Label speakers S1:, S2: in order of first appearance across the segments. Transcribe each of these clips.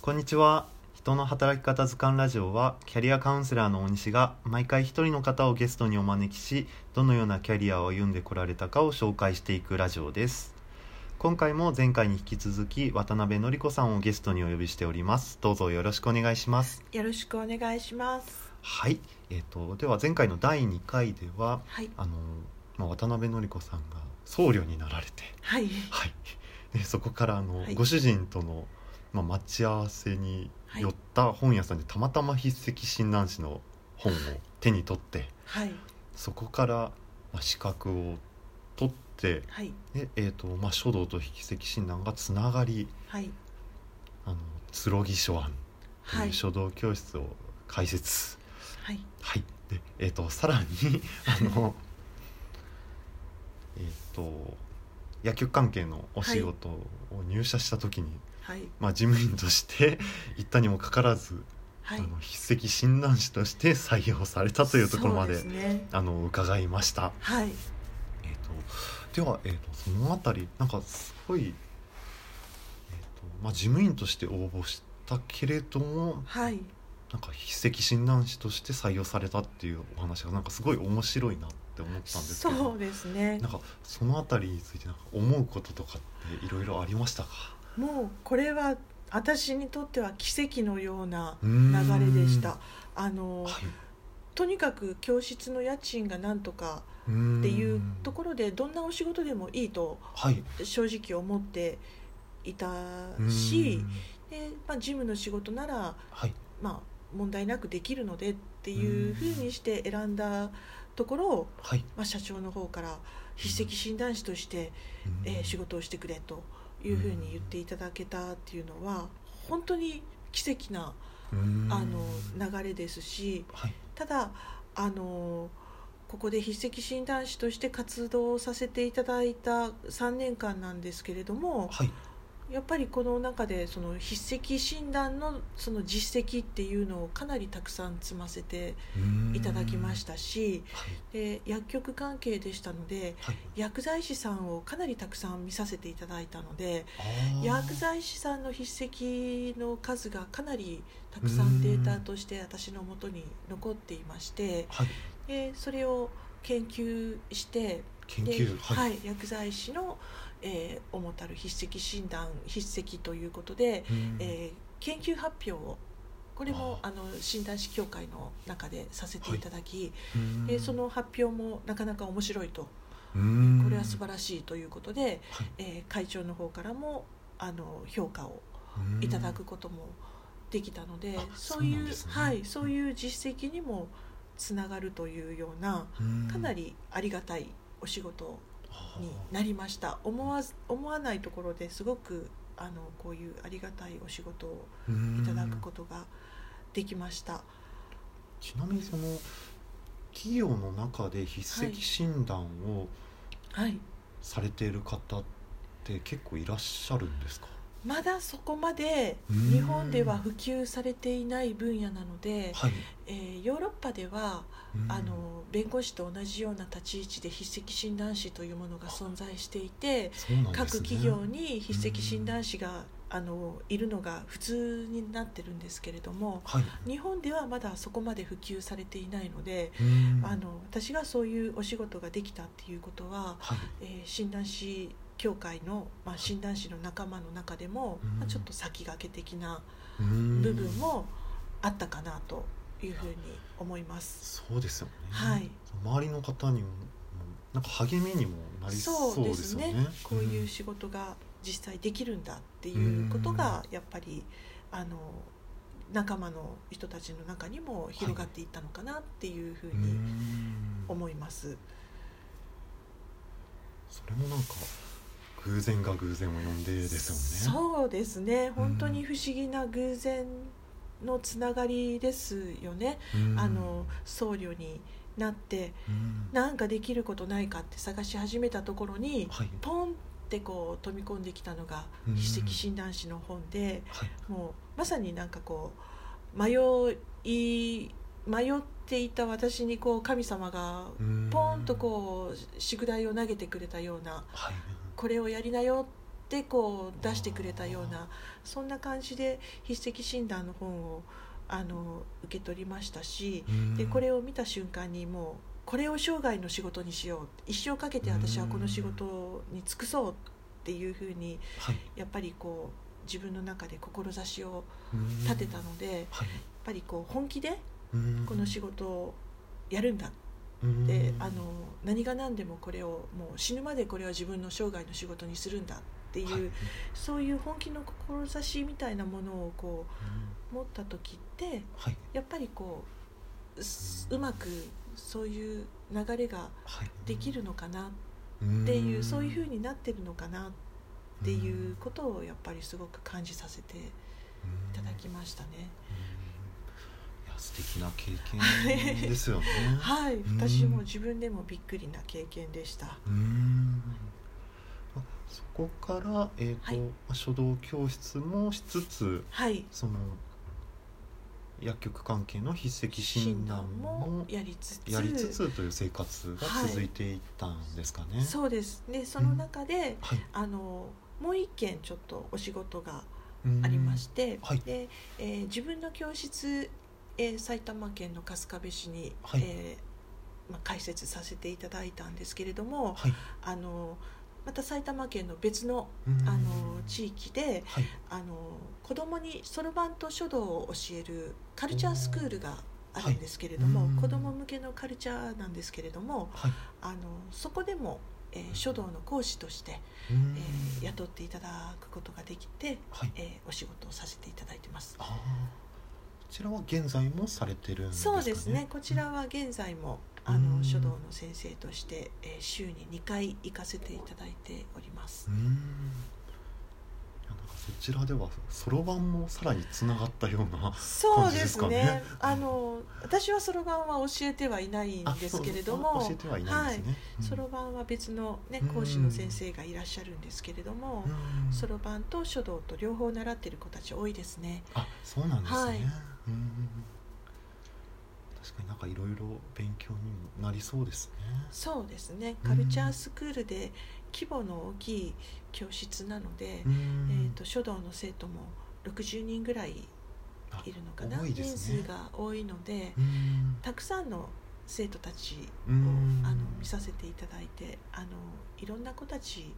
S1: こんにちは人の働き方図鑑ラジオはキャリアカウンセラーの大西が毎回一人の方をゲストにお招きしどのようなキャリアを歩んでこられたかを紹介していくラジオです今回も前回に引き続き渡辺典子さんをゲストにお呼びしておりますどうぞよろしくお願いします
S2: よろしくお願いします。
S1: はいえっ、とでは前回の第2回では
S2: はい。
S1: あの、まあ、渡辺典子さんが僧侶になられて
S2: はい。
S1: はい、でそこからあの、
S2: はい
S1: ご主人との、まあ、待ち合わせに寄った本屋さんでたまたま筆跡診断士の本を手に取って
S2: はい。
S1: そこから、まあ、資格を取って
S2: はい。
S1: で、えーとまあ、書道と筆跡診断がつながり
S2: はい。
S1: あの剣書庵と。
S2: はいいう
S1: 書道教室を開設。
S2: はい。
S1: はい、で、えー、とさらに あのえっ、と野球関係のお仕事を入社した時に、
S2: はい。
S1: まあ、事務員として 行ったにもかからず、
S2: はい
S1: あ。の筆跡診断士として採用されたというところまで
S2: そうすね。
S1: あの伺いました、
S2: はい。
S1: えー、とでは、えー、とそのあたりなんかすごい、えーとまあ、事務員として応募したけれども
S2: はい。
S1: なんか筆跡診断士として採用されたっていうお話がなんかすごい面白いなって思ったんですけ
S2: そ
S1: ど
S2: うですね
S1: な。んかそのあたりについてなんか思うこととかっていろいろありましたか
S2: もうこれは私にとっては奇跡のような
S1: 流
S2: 流れでした。あの
S1: はい、
S2: とにかく教室の家賃がなんとかっていうところでどんなお仕事でもいい
S1: ろ
S2: と
S1: はい
S2: 正直思っていた
S1: うーん
S2: し、でまあ事務の仕事なら
S1: はい
S2: まあ、問題なくできるのでっていうふうにして選んだところを、
S1: はい、
S2: まあ、社長の方から筆跡診断士として、えー仕
S1: 事
S2: 事をしてくれというふうに言っていただけたっていうのは本当に奇跡なあの流れですし
S1: はい
S2: ただあのここで筆跡診断士として活動させていただいた3年間なんですけれども、
S1: はい
S2: やっぱりこの中でその筆跡診断のその実績っていうのをかなりたくさん積ませていただきましたたし
S1: はい
S2: で薬局関係でしたので
S1: はい
S2: 薬剤師さんをかなりたくさん見させていただいたので
S1: あー
S2: 薬剤師さんの筆跡の数がかなりたくさんデータとして私のもとに残っていまして
S1: はい
S2: でそれを研究して
S1: 研
S2: で
S1: 究
S2: はい
S1: い、
S2: 薬剤師の、えー、主たる筆跡診断筆跡ということで、
S1: うん
S2: えー研究発表をこれも
S1: あ
S2: あの診断士協会の中でさせていただき、
S1: うん
S2: でその発表もなかなか面白いと
S1: うん
S2: これは素晴らしいということで、
S1: はい
S2: えー会長の方からもあの評価をいただくこともできたので、
S1: あ
S2: そう
S1: そう
S2: いう
S1: なんですね
S2: はい、そういう実績にもつながるというような
S1: うん
S2: かなりありがたいお仕事
S1: あー
S2: になりました思わず思わないところですごくあのこういうありがたいお仕事をいただくことができました
S1: ちなみにその企業の中で筆跡診断を
S2: はい
S1: されている方って結構いらっしゃるんですか、
S2: まだそこまで
S1: うん
S2: 日本では普及されていない分野なので、
S1: はい、
S2: えーヨーロッパではあの弁護士と同じような立ち位置で筆跡診断士というものが存在していて
S1: そうなんです、ね、
S2: 各企業に筆跡診断士があのいるのが普通になってるんですけれども
S1: はい、
S2: 日本ではまだそこまで普及されていないので、
S1: うん
S2: あの私がそういうお仕事ができたっていうことは、
S1: はい
S2: えー診断士協会の、まあ、診断士の仲間の中でも、
S1: うん
S2: まあ、ちょっと先駆け的な
S1: うん
S2: 部分もあったかなというふうに思います。
S1: そうですよね、
S2: はい、
S1: 周りの方にもなんか励みにもなりそうですよね
S2: こういううん仕事が実際できるんだっていうことがやっぱりあの仲間の人たちの中にも広がっていったのかなっていうふう
S1: う
S2: に
S1: ん
S2: 思います。
S1: それもなんか偶然が偶然を呼んでですよね
S2: そうですね本当に不思議な偶然のつながりですよね、
S1: うん
S2: あの僧侶になって
S1: うん
S2: 何かできることないかって探し始めたところに
S1: はい
S2: ポンってこう飛び込んできたのが
S1: うん
S2: 筆跡診断士の本で
S1: はい
S2: もうまさになんかこう迷い迷っていた私にこう神様が
S1: うん
S2: ポンとこう宿題を投げてくれたような
S1: はい
S2: これをやりなよっってこう出してくれたようなそんな感じで筆跡診断の本をあの受け取りましたしでこれを見た瞬間にもうこれを生涯の仕事にしよう一生かけて私はこの仕事に尽くそうっていうふうに
S1: はい
S2: やっぱりこう自分の中で志を
S1: うん
S2: 立てたのでやっ
S1: はい
S2: ぱりこう本気で
S1: うん
S2: この仕事をやるんだ
S1: うん
S2: であの何が何でもこれをもう死ぬまでこれは自分の生涯の仕事にするんだっていう、
S1: はいうん
S2: そういう本気の志みたいなものをこう持った時って
S1: はい
S2: やっぱりこうすうまくそういう流れが
S1: はい
S2: できるのかな
S1: っ
S2: っていう、そういうふうになってるのかなっていうことをやっぱりすごく感じさせていただきましたね。
S1: いや素敵な経験ですよね
S2: はい、
S1: うん
S2: 私も自分でもびっくりな経験でした。
S1: うんあそこから、えーと
S2: はい
S1: まあ書道教室もしつつ
S2: はい、
S1: その薬局関係の筆跡診
S2: 診
S1: 断
S2: 断も
S1: も
S2: やりつつ
S1: やりつつという生活が続いていったんですかね。
S2: そうですでその中で、
S1: はい、
S2: あのもう一件ちょっとお仕事が
S1: うん
S2: ありまして、
S1: はい
S2: でえー自分の教室、えー埼玉県の春日部市に、
S1: はい
S2: えーまあ、開設させていただいたんですけれども
S1: はい、
S2: あのまた埼玉県の別の
S1: うん
S2: あの地域で
S1: はい、
S2: あの子供にそろばんと書道を教えるカルチャースクールがあるんですけれども、
S1: はいうん
S2: 子供向けのカルチャーなんですけれども
S1: はい、
S2: あのそこでも、えー書道の講師として、
S1: うん
S2: えー雇っていただくことができて、
S1: はい、
S2: えーお仕事をさせていただいてます。
S1: ああ、こちらは現在もされてるんですかね。
S2: そうですねこちらは現在もあ
S1: う
S2: の
S1: ん
S2: 書道の先生として、えー週に2回行かせていただいております
S1: う。ん。うんいやなんかそちらではそろばんもさらにつながったような。
S2: そうで
S1: 感じ
S2: すね
S1: ですかね
S2: あの私はそろばんは教えてはいないん
S1: あ
S2: です
S1: そう
S2: けれど
S1: あ
S2: も
S1: 教えてはいないんですね。うん
S2: そろばんは別の、ね
S1: うん、
S2: 講師の先生がいらっしゃるんですけれども
S1: うん
S2: そろばんと書道と両方習っている子たち多いですね。
S1: あそうなんですね、
S2: はい
S1: うん確かになんかいろいろ勉強にもなりそうですね
S2: そうですね
S1: うん
S2: カルチャースクールで規模の大きい教室なので、えー、と書道の生徒も60人ぐらいいるのかな、
S1: 多いで
S2: 人
S1: すね
S2: 数が多いので
S1: うん
S2: たくさんの生徒たちを
S1: うん
S2: あの見させていただいてあのいろんな子たち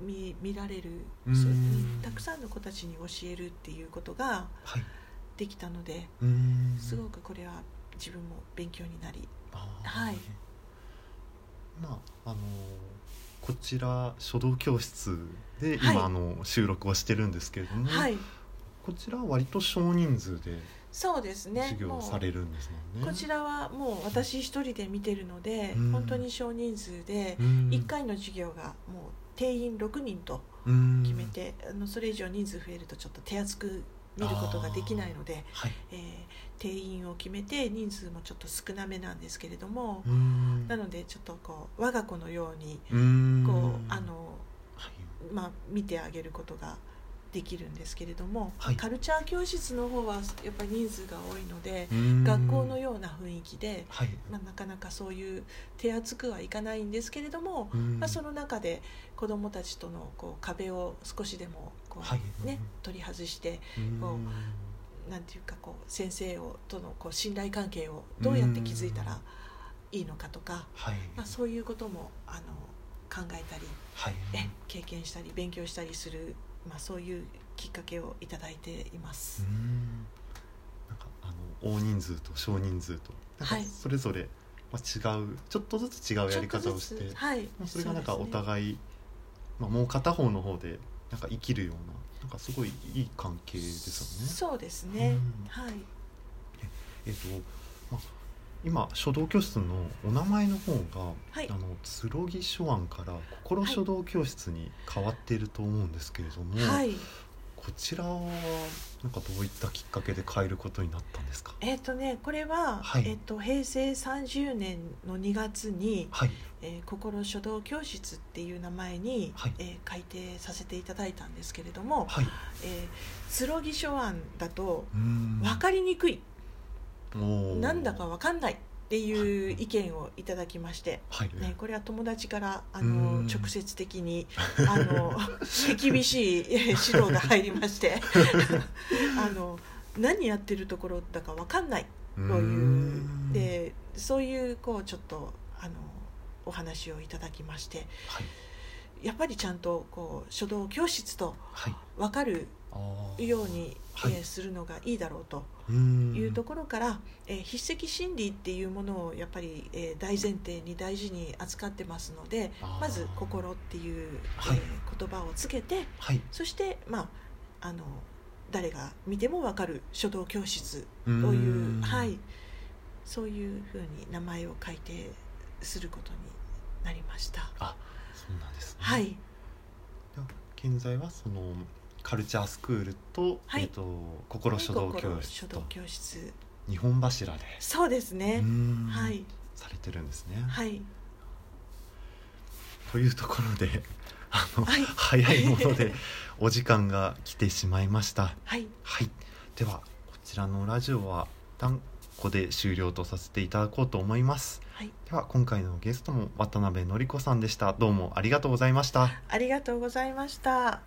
S2: 見見られる
S1: うん
S2: そうたくさんの子たちに教えるっていうことが
S1: はい
S2: できたので
S1: うん
S2: すごくこれは自分も勉強になり
S1: あー
S2: はい
S1: まああのこちら書道教室で今、
S2: はい
S1: あの収録をしてるんですけれども、
S2: はい
S1: こちらは割と少人数で
S2: そうですね
S1: 授業
S2: も
S1: をさ
S2: う
S1: れるんですもんね。
S2: こちらはもう私一人で見てるので
S1: うん
S2: 本当に少人数で
S1: うん
S2: 1回の授業がもう定員6人と
S1: うん
S2: 決めてあのそれ以上人数増えるとちょっと手厚く見ることができないので、
S1: はい
S2: えー定員を決めて人数もちょっと少なめなんですけれども
S1: うん
S2: なのでちょっとこう我が子のように
S1: うん
S2: こうあの、
S1: はい
S2: まあ、見てあげることができるんですけれども、
S1: はい
S2: カルチャー教室の方はやっぱり人数が多いので、
S1: うん
S2: 学校のような雰囲気で、
S1: はい
S2: まあ、なかなかそういう手厚くはいかないんですけれども、
S1: うん
S2: まあ、その中で子どもたちとのこう壁を少しでもこう、
S1: はい
S2: ね、取り外して
S1: うん
S2: こなんていうかこう先生をとのこう信頼関係をどうやって築いたらいいのかとか、
S1: はい
S2: まあ、そういうこともあの考えたり、
S1: はい
S2: ね経験したり勉強したりする、まあ、そういうきっかけをいただいていま
S1: う
S2: す。
S1: んなんかあの大人数と少人数となんか
S2: はい
S1: それぞれまあ違うちょっとずつ違うやり方をし
S2: ちょっと
S1: て
S2: ずつはい、
S1: まあそれがなんか
S2: う
S1: お
S2: ですね
S1: 互いまあもう片方の方でなんか生きるようななんかすごいいい関係ですよね。
S2: そうですね
S1: うん
S2: はい
S1: えっとまあ今書道教室のお名前の方が
S2: はい
S1: あの剣書庵から心書道教室に変わっていると思うんですけれども、
S2: はい
S1: こちらはなんかどういったきっかけで変えることになったんですか。
S2: えっ、とねこれは、
S1: はい
S2: えっと平成30年の2月に
S1: はい。
S2: えー心書道教室っていう名前に、
S1: はい
S2: えー改定させていただいたんですけれども、
S1: はい。
S2: えー、剣書案だと
S1: うん
S2: 分かりにくい、
S1: おー
S2: なんだか分かんないっっていう意見をいただきまして、
S1: はい、
S2: ね、これは友達からあ
S1: う
S2: の
S1: ん
S2: 直接的にあの厳しいえー指導が入りまして あの何やってるところだか分かんない
S1: こ
S2: というでそういうこうちょっとあのお話をいただきまして
S1: はい
S2: やっぱりちゃんとこう書道教室と
S1: はい
S2: 分かる
S1: あー
S2: ように、
S1: はい
S2: えーするのがいいだろうと
S1: うーん
S2: いうところから、えー筆跡心理っていうものをやっぱり、えー大前提に大事に扱ってますので
S1: あー
S2: まず「心」っていう、
S1: はい
S2: えー言葉をつけて
S1: はい
S2: そしてまああの誰が見ても分かる書道教室
S1: と
S2: という、はい、そういうふうに名前を改定することになりました。
S1: そうなんですね
S2: はい、
S1: では現在はそのカルチャースクールと、
S2: はい
S1: えっ、と心書道教
S2: 心
S1: 室
S2: 書道
S1: と
S2: 教室
S1: 日本柱で、
S2: そうです
S1: うー
S2: ね、
S1: ん
S2: はい
S1: されてるんですね、
S2: はい
S1: というところで あの、
S2: はい
S1: 早いもの でお時間が来てしまいました
S2: はい
S1: はいではこちらのラジオは断固で終了とさせていただこうと思います
S2: はい
S1: では今回のゲストも渡辺典子さんでしたどうもありがとうございました
S2: ありがとうございました。